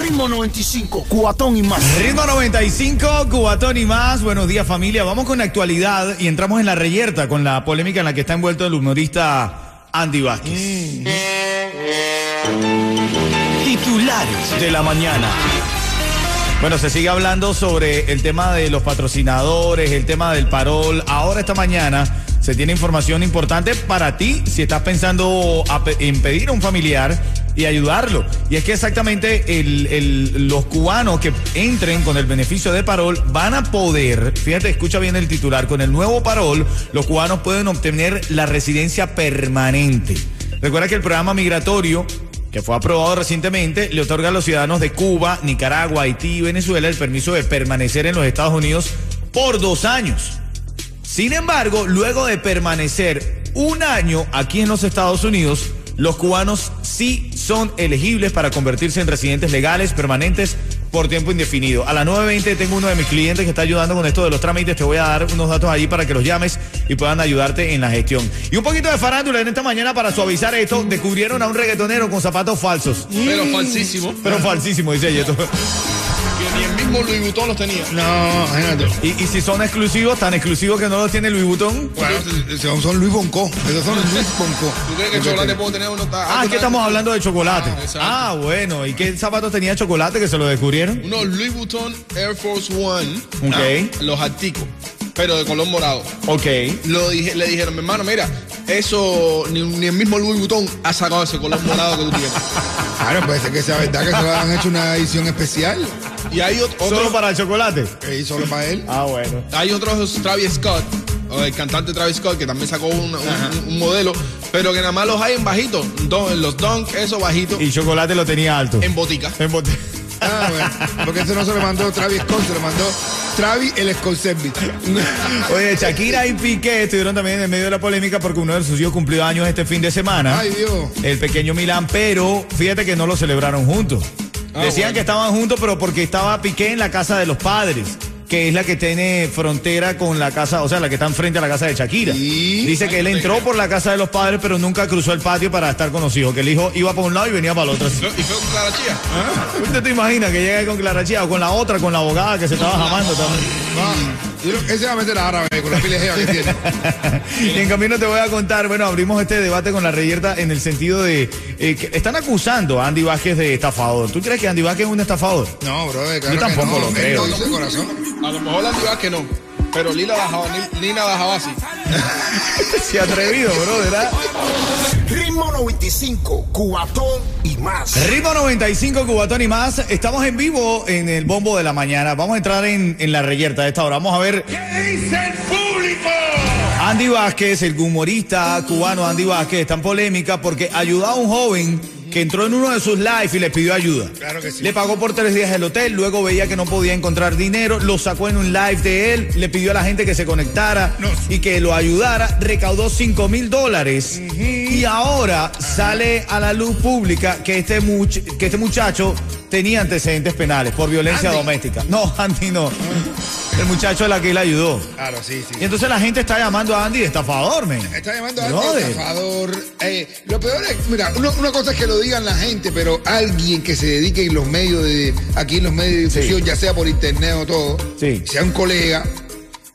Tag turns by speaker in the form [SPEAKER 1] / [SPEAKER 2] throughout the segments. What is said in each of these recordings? [SPEAKER 1] Ritmo 95, cubatón y más.
[SPEAKER 2] Ritmo 95, Cubatón y más. Buenos días, familia. Vamos con la actualidad y entramos en la reyerta con la polémica en la que está envuelto el humorista Andy Vázquez. Titulares de la mañana. Bueno, se sigue hablando sobre el tema de los patrocinadores, el tema del parol. Ahora esta mañana se tiene información importante para ti si estás pensando a pe- en pedir a un familiar y ayudarlo. Y es que exactamente el- el- los cubanos que entren con el beneficio de parol van a poder, fíjate, escucha bien el titular, con el nuevo parol los cubanos pueden obtener la residencia permanente. Recuerda que el programa migratorio que fue aprobado recientemente, le otorga a los ciudadanos de Cuba, Nicaragua, Haití y Venezuela el permiso de permanecer en los Estados Unidos por dos años. Sin embargo, luego de permanecer un año aquí en los Estados Unidos, los cubanos sí son elegibles para convertirse en residentes legales permanentes por tiempo indefinido. A las 9.20 tengo uno de mis clientes que está ayudando con esto de los trámites. Te voy a dar unos datos allí para que los llames y puedan ayudarte en la gestión. Y un poquito de farándula en esta mañana para suavizar esto. Descubrieron a un reggaetonero con zapatos falsos.
[SPEAKER 3] Pero falsísimo.
[SPEAKER 2] Pero falsísimo, dice Yeto.
[SPEAKER 3] Que ni el mismo Louis Vuitton los tenía.
[SPEAKER 4] No, imagínate.
[SPEAKER 2] Y, y si son exclusivos, tan exclusivos que no los tiene Louis Vuitton.
[SPEAKER 3] Bueno,
[SPEAKER 4] Son, son Luis Bonco. Esos son Luis Bonco.
[SPEAKER 3] ¿tú crees que el chocolate puede tener uno?
[SPEAKER 2] Ah, es que estamos hablando de chocolate.
[SPEAKER 3] Ah, exacto.
[SPEAKER 2] Ah, bueno. ¿Y qué zapatos tenía chocolate que se lo descubrieron?
[SPEAKER 3] Uno Louis Vuitton Air Force One.
[SPEAKER 2] Ok.
[SPEAKER 3] Ah, los articos, pero de color morado.
[SPEAKER 2] Ok.
[SPEAKER 3] Lo dije, le dijeron, mi hermano, mira, eso ni, ni el mismo Louis Vuitton ha sacado ese color morado que tú tienes.
[SPEAKER 4] Claro, puede ser que sea verdad que se lo han hecho una edición especial.
[SPEAKER 3] Y hay ot- otro,
[SPEAKER 2] ¿Solo para el chocolate?
[SPEAKER 4] Y solo para él.
[SPEAKER 2] Ah, bueno.
[SPEAKER 3] Hay otros Travis Scott, o el cantante Travis Scott, que también sacó un, un- un modelo, pero que nada más los hay en bajito. Don- los Dunk, eso bajito,
[SPEAKER 2] Y chocolate lo tenía alto.
[SPEAKER 3] en botica.
[SPEAKER 2] En bote-
[SPEAKER 4] Ah, bueno, porque eso no se lo mandó Travis Scott, se lo mandó Travis el Scorsese.
[SPEAKER 2] Oye, Shakira y Piqué estuvieron también en el medio de la polémica porque uno de sus hijos cumplió años este fin de semana.
[SPEAKER 4] Ay, Dios.
[SPEAKER 2] El pequeño Milán, pero fíjate que no lo celebraron juntos.
[SPEAKER 3] Ah,
[SPEAKER 2] Decían
[SPEAKER 3] bueno.
[SPEAKER 2] que estaban juntos, pero porque estaba Piqué en la casa de los padres, que es la que tiene frontera con la casa, o sea, la que está enfrente a la casa de Shakira.
[SPEAKER 4] Y-
[SPEAKER 2] Dice que él entró por la casa de los padres, pero nunca cruzó el patio para estar con los hijos, que el hijo iba para un lado y venía para el otro. así.
[SPEAKER 3] Y fue con Clara Chía.
[SPEAKER 2] ¿Usted te imagina que llega ahí con Clara Chía o con la otra, con la abogada que se estaba jamando también?
[SPEAKER 4] No, yo creo que ese va a meter a árabe con la pila de jeva que tiene.
[SPEAKER 2] Y en camino te voy a contar, bueno, abrimos este debate con la reyerta en el sentido de eh, que están acusando a Andy Vázquez de estafador. ¿Tú crees que Andy Vázquez es un estafador?
[SPEAKER 4] No, bro, claro
[SPEAKER 2] Yo tampoco
[SPEAKER 4] que no,
[SPEAKER 2] lo
[SPEAKER 4] él
[SPEAKER 2] creo.
[SPEAKER 4] Lo hizo de corazón.
[SPEAKER 3] A lo mejor la ciudad que no. Pero Lila Dajaba, Lina Dajaba sí.
[SPEAKER 2] Se ha atrevido, ¿ah? bro, ¿verdad?
[SPEAKER 1] Ritmo 95, cubatón y más.
[SPEAKER 2] Ritmo 95, Cubatón y más. Estamos en vivo en el bombo de la mañana. Vamos a entrar en, en la reyerta de esta hora. Vamos a ver. ¿Qué dice el público? Andy Vázquez, el humorista cubano Andy Vázquez, está en polémica porque ayudó a un joven que entró en uno de sus lives y le pidió ayuda.
[SPEAKER 4] Claro que sí.
[SPEAKER 2] Le pagó por tres días el hotel, luego veía que no podía encontrar dinero, lo sacó en un live de él, le pidió a la gente que se conectara
[SPEAKER 4] No.
[SPEAKER 2] y que lo ayudara, recaudó 5 mil dólares y ahora sale a la luz pública que este, much- que este muchacho tenía antecedentes penales por violencia
[SPEAKER 4] Andy.
[SPEAKER 2] doméstica. No, Andy no. El muchacho a la que le ayudó.
[SPEAKER 4] Claro, sí, sí.
[SPEAKER 2] Y entonces la gente está llamando a Andy de estafador, men.
[SPEAKER 4] Está llamando a alguien
[SPEAKER 2] Brother.
[SPEAKER 4] estafador. Eh, lo peor es, mira, uno- una cosa es que lo digan la gente, pero alguien que se dedique en los medios de, aquí en los medios de difusión, ya sea por internet o todo,
[SPEAKER 2] Sí.
[SPEAKER 4] sea un colega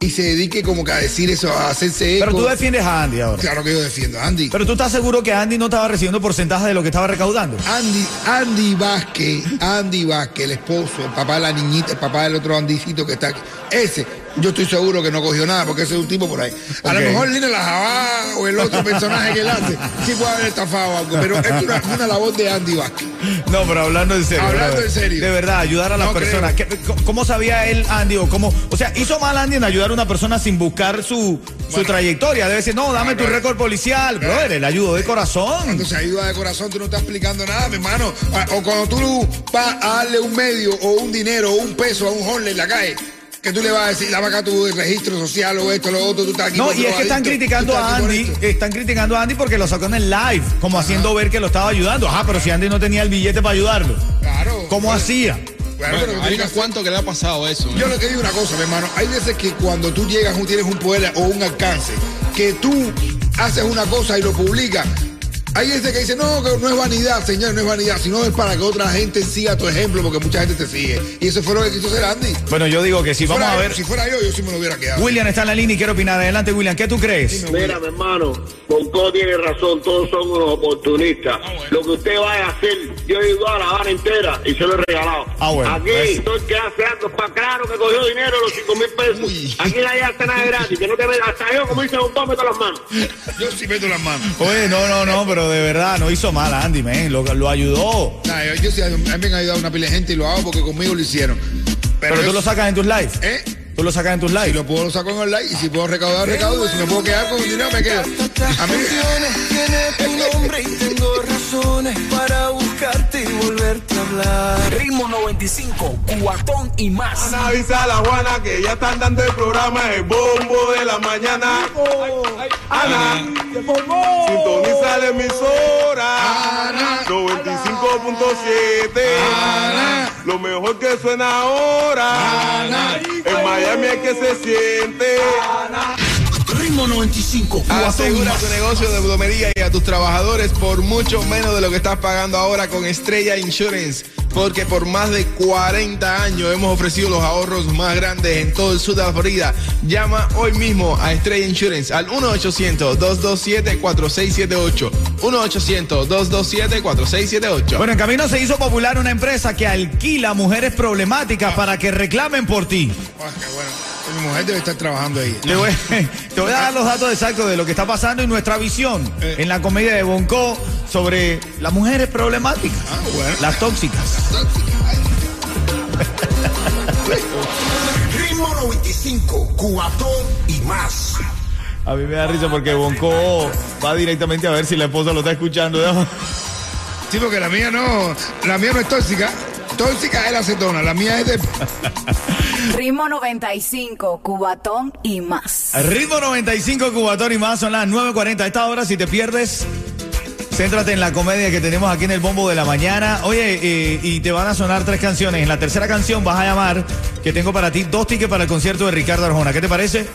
[SPEAKER 4] y se dedique como que a decir eso, a hacerse eco.
[SPEAKER 2] Pero tú defiendes a Andy ahora.
[SPEAKER 4] Claro que yo defiendo a Andy.
[SPEAKER 2] Pero tú estás seguro que Andy no estaba recibiendo porcentaje de lo que estaba recaudando.
[SPEAKER 4] Andy, Andy Vázquez, Andy Vázquez, el esposo, el papá de la niñita, el papá del otro Andicito que está aquí. Ese, yo estoy seguro que no cogió nada porque ese es un tipo por ahí. A
[SPEAKER 2] Ok.
[SPEAKER 4] lo mejor Lina la Jabá o el otro personaje que él hace, sí puede haber estafado algo, pero esto es una, una labor de Andy Vázquez.
[SPEAKER 2] No, pero hablando en serio.
[SPEAKER 4] Hablando
[SPEAKER 2] brother.
[SPEAKER 4] en serio.
[SPEAKER 2] De verdad, ayudar a las
[SPEAKER 4] No
[SPEAKER 2] personas. ¿Qué- c- ¿Cómo sabía él, Andy? O, cómo, o sea, hizo mal Andy en ayudar a una persona sin buscar su, su trayectoria. Debe decir, no, dame tu récord policial. Brother, él ayudó de corazón.
[SPEAKER 4] Cuando se ayuda de corazón, tú no estás explicando nada, mi hermano. Ah, O cuando tú vas a darle un medio o un dinero o un peso a un horno en la calle, que tú le vas a decir, dame acá tu registro social o esto, lo otro, tú estás aquí.
[SPEAKER 2] No,
[SPEAKER 4] por
[SPEAKER 2] y es que están
[SPEAKER 4] drogadicto,
[SPEAKER 2] criticando
[SPEAKER 4] tú estás
[SPEAKER 2] a
[SPEAKER 4] aquí por
[SPEAKER 2] Andy,
[SPEAKER 4] esto.
[SPEAKER 2] están criticando a Andy porque lo sacó en el live, como haciendo ver que lo estaba ayudando. Ajá, pero si Andy no tenía el billete para ayudarlo,
[SPEAKER 4] Claro.
[SPEAKER 2] ¿cómo
[SPEAKER 4] Bueno,
[SPEAKER 2] hacía?
[SPEAKER 4] Claro,
[SPEAKER 3] Bueno,
[SPEAKER 4] pero tú
[SPEAKER 3] hay
[SPEAKER 4] tienes
[SPEAKER 3] unos
[SPEAKER 4] que-
[SPEAKER 3] cuantos que le ha pasado eso. ¿eh?
[SPEAKER 4] Yo lo que digo una cosa, mi hermano, hay veces que cuando tú llegas, o tienes un poder o un alcance, que tú haces una cosa y lo publicas, hay veces que dicen, no, que no es vanidad, señor, no es vanidad, sino es para que otra gente siga tu ejemplo, porque mucha gente te sigue. Y eso fue lo que quiso hacer Andy.
[SPEAKER 2] Bueno, yo digo que si vamos
[SPEAKER 4] Fuera
[SPEAKER 2] a
[SPEAKER 4] yo-
[SPEAKER 2] ver.
[SPEAKER 4] Si fuera yo, yo sí me lo hubiera quedado.
[SPEAKER 2] William está en la línea y quiero opinar. Adelante, William, ¿qué tú crees?
[SPEAKER 5] Mira, mi hermano, Moncó tiene razón, todos son unos oportunistas. Lo que usted vaya a hacer, yo he ido a la Habana entera y se lo he regalado.
[SPEAKER 2] Ah, bueno,
[SPEAKER 5] Aquí
[SPEAKER 2] eso.
[SPEAKER 5] estoy que hace algo para claro que cogió dinero, los 5 mil pesos.
[SPEAKER 3] Uy.
[SPEAKER 5] Aquí la ya está nada gratis, que no te me hasta yo, como dice Moncó, meto las manos.
[SPEAKER 4] Yo sí meto las manos.
[SPEAKER 2] Oye, no, no, no, pero de verdad, no hizo mal Andy, men, lo, lo ayudó.
[SPEAKER 4] Nah, yo, yo sí, a mí me han ayudado una pila de gente y lo hago porque conmigo lo hicieron.
[SPEAKER 2] Pero,
[SPEAKER 4] yo-
[SPEAKER 2] tú lo sacas en tus lives.
[SPEAKER 4] ¿Eh?
[SPEAKER 2] Tú lo sacas en tus
[SPEAKER 4] Si
[SPEAKER 2] lives.
[SPEAKER 4] lo puedo, lo saco en online y si puedo recaudar, recaudo. Y si me puedo quedar con el dinero, me quedo. A mí,
[SPEAKER 6] Tiene tu nombre y tengo razones para buscarte y volverte a hablar.
[SPEAKER 1] Ritmo 95, cuatón y más.
[SPEAKER 7] Avisa a la Juana que ya están dando el programa El Bombo de la Mañana. Ana, sintoniza la emisora.
[SPEAKER 4] Ana.
[SPEAKER 7] 95.7.
[SPEAKER 4] Ana.
[SPEAKER 7] Lo mejor que suena ahora.
[SPEAKER 4] Ana.
[SPEAKER 7] En Miami es que se siente.
[SPEAKER 1] Ritmo 95, cuatón y
[SPEAKER 3] Asegura
[SPEAKER 1] más.
[SPEAKER 3] tu negocio de plomería y a tus trabajadores por mucho menos de lo que estás pagando ahora con Estrella Insurance, porque por más de 40 años hemos ofrecido los ahorros más grandes en todo el sur de la Florida. Llama hoy mismo a Estrella Insurance al 1-800-227-4678. 1-800-227-4678.
[SPEAKER 2] Bueno, en camino se hizo popular una empresa que alquila mujeres problemáticas para que reclamen por ti.
[SPEAKER 4] Ah, qué bueno. Mi mujer debe estar trabajando ahí.
[SPEAKER 2] Te voy, te voy a dar los datos exactos de lo que está pasando y nuestra visión
[SPEAKER 4] Eh.
[SPEAKER 2] en la comedia de Bonco sobre las mujeres problemáticas,
[SPEAKER 4] Ah, bueno.
[SPEAKER 2] las tóxicas.
[SPEAKER 1] Ritmo 95, cuatón y más.
[SPEAKER 2] A mí me da risa porque Bonco va directamente a ver si la esposa lo está escuchando. ¿no?
[SPEAKER 4] Sí, porque la mía no, la mía no es tóxica. Tóxica es la acetona, la mía es de.
[SPEAKER 8] Ritmo 95, Cubatón y más.
[SPEAKER 2] Ritmo 95, Cubatón y más, son las 9.40. A esta hora, si te pierdes, céntrate en la comedia que tenemos aquí en el Bombo de la Mañana. Oye, eh, y te van a sonar tres canciones. En la tercera canción vas a llamar, que tengo para ti dos tickets para el concierto de Ricardo Arjona. ¿Qué te parece?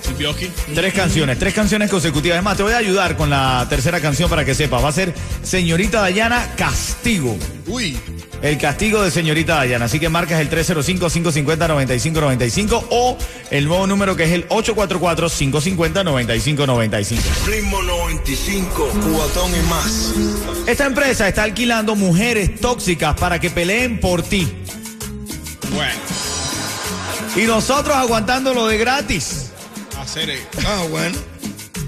[SPEAKER 2] Tres canciones, tres canciones consecutivas. Es más, te voy a ayudar con la tercera canción para que sepas. Va a ser Señorita Dayana Castigo.
[SPEAKER 3] Uy,
[SPEAKER 2] El castigo de señorita Dayana. Así que marcas el 305-550-9595 o el nuevo número que es el 844-550-9595.
[SPEAKER 6] Ritmo 95, cubatón y más.
[SPEAKER 2] Esta empresa está alquilando mujeres tóxicas para que peleen por ti.
[SPEAKER 3] bueno,
[SPEAKER 2] Y nosotros aguantándolo de gratis.
[SPEAKER 3] hacer eh,
[SPEAKER 4] Ah, bueno.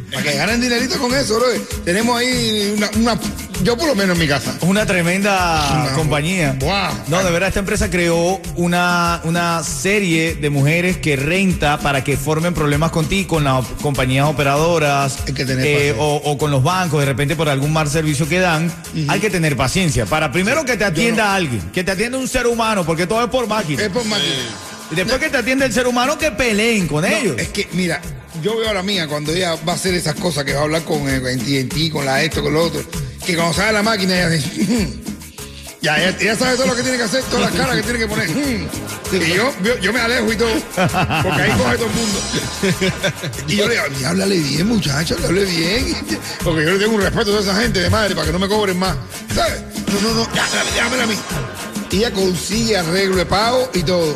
[SPEAKER 4] Para que ganen dinerito con eso, bro. Tenemos ahí una, una- Yo, por lo menos, en mi casa.
[SPEAKER 2] Una tremenda
[SPEAKER 4] Una-
[SPEAKER 2] compañía.
[SPEAKER 4] Guau.
[SPEAKER 2] No, de verdad, esta empresa creó una, una serie de mujeres que renta para que formen problemas con ti, con las compañías operadoras eh,
[SPEAKER 4] Hay que tener paciencia.
[SPEAKER 2] o, o con los bancos, de repente por algún mal servicio que dan. Hay que tener paciencia para primero que te atienda alguien, que te atienda un ser humano, porque todo es por máquina.
[SPEAKER 4] Es por máquina.
[SPEAKER 2] y después que te atienda el ser humano, que peleen con
[SPEAKER 4] No,
[SPEAKER 2] ellos.
[SPEAKER 4] es que, mira, yo veo a la mía cuando ella va a hacer esas cosas que va a hablar con el TNT, con la esto, con lo otro, que cuando sale la máquina ella dice, "Mm". ya, ella, ella sabe todo lo que tiene que hacer, todas las caras que tiene que poner. "Mm". Y yo, yo, yo me alejo y todo, porque ahí coge todo el mundo. Y yo le digo, "Ya, háblale bien, muchacho, le hable bien. Porque yo le tengo un respeto a toda esa gente de madre para que no me cobren más. ¿Sabes? No, no, no, ya, dame- dámela a mí. Y ella consigue arreglo de pago y todo.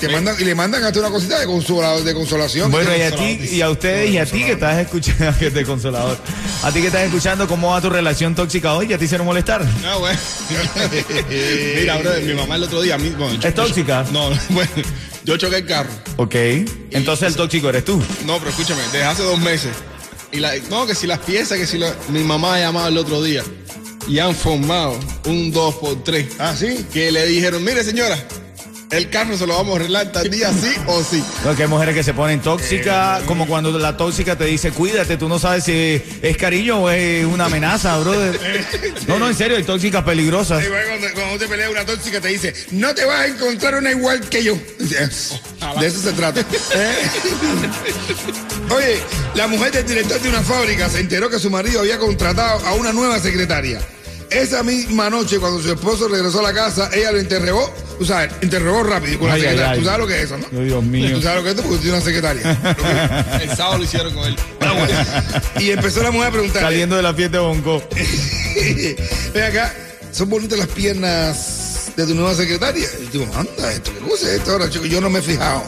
[SPEAKER 4] Te mandan, y le mandan hasta una cosita de, consola- de consolación.
[SPEAKER 2] Bueno,
[SPEAKER 4] Que
[SPEAKER 2] y a
[SPEAKER 4] te-
[SPEAKER 2] ti, y a ustedes, y a ti que estás escuchando, que te consolador. A ti que estás escuchando, ¿cómo va tu relación tóxica hoy? ¿Ya te hicieron molestar?
[SPEAKER 3] Ah, bueno. Mira, bro, mi mamá el otro día mismo.
[SPEAKER 2] ¿Es tóxica?
[SPEAKER 3] No, bueno, yo choqué el carro.
[SPEAKER 2] Ok. Entonces el tóxico eres tú.
[SPEAKER 3] No, pero escúchame, desde hace dos meses. Y la, no, que si las piezas, que si la- mi mamá ha llamado el otro día y han formado un 2x3.
[SPEAKER 4] Ah, sí.
[SPEAKER 3] Que le dijeron, mire señora, El carro se lo vamos a arreglar tal día sí o sí.
[SPEAKER 2] No, que hay mujeres que se ponen tóxicas, como cuando la tóxica te dice, cuídate, tú no sabes si es cariño o es una amenaza, brother. No, no, en serio, hay tóxicas peligrosas.
[SPEAKER 4] Y bueno, Cuando, cuando te pelea una tóxica te dice, no te vas a encontrar una igual que yo.
[SPEAKER 3] Ah,
[SPEAKER 4] De eso se trata. ¿Eh? Oye, la mujer del director de una fábrica se enteró que su marido había contratado a una nueva secretaria. Esa misma noche, cuando su esposo regresó a la casa, ella lo interrogó, tú sabes, interrogó rápido con la
[SPEAKER 2] Ay, ay,
[SPEAKER 4] secretaria.
[SPEAKER 2] ay.
[SPEAKER 4] Tú sabes lo que es eso, ¿no?
[SPEAKER 2] Ay, Dios mío.
[SPEAKER 4] Tú sabes lo que es esto porque tú tienes una secretaria.
[SPEAKER 3] El sábado lo hicieron con él.
[SPEAKER 4] Pero bueno, y empezó la mujer a preguntar.
[SPEAKER 2] Saliendo de la fiesta de Bonco.
[SPEAKER 4] Ven acá, son bonitas las piernas de tu nueva secretaria. Y digo, anda, esto, ¿qué cosa es esto ahora, chico? Yo no me he fijado.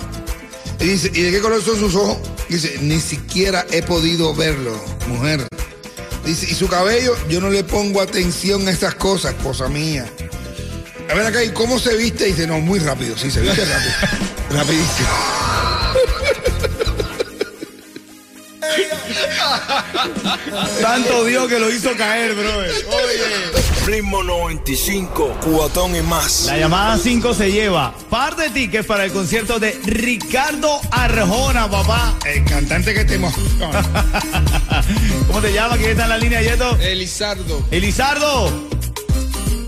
[SPEAKER 4] Y dice, ¿y de qué color son sus ojos? Dice, ni siquiera he podido verlo, mujer. Dice, ¿y su cabello? Yo no le pongo atención a esas cosas, cosa mía. A ver acá, ¿y cómo se viste? dice, no, muy rápido, sí, se viste rápido. Rapidísimo.
[SPEAKER 2] Tanto Dios que lo hizo caer, brother.
[SPEAKER 1] Ritmo 95, cuatón y más.
[SPEAKER 2] La llamada 5 se lleva par de tickets para el concierto de Ricardo Arjona, papá.
[SPEAKER 4] El cantante que te mo- no, no.
[SPEAKER 2] ¿Cómo te llamas? ¿Quién está en la línea, Yeto?
[SPEAKER 3] Elizardo.
[SPEAKER 2] Elizardo.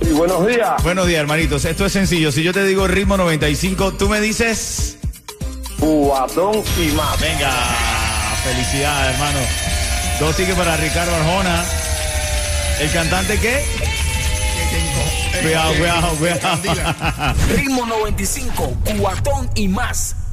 [SPEAKER 5] Y buenos días,
[SPEAKER 2] Buenos días, hermanitos. Esto es sencillo. Si yo te digo ritmo 95, tú me dices...
[SPEAKER 5] cubatón y más.
[SPEAKER 2] Venga, felicidad, hermano. Dos tickets para Ricardo Arjona. El cantante que. Cuidado, cuidado, cuidado.
[SPEAKER 1] Ritmo 95, cuatón y más.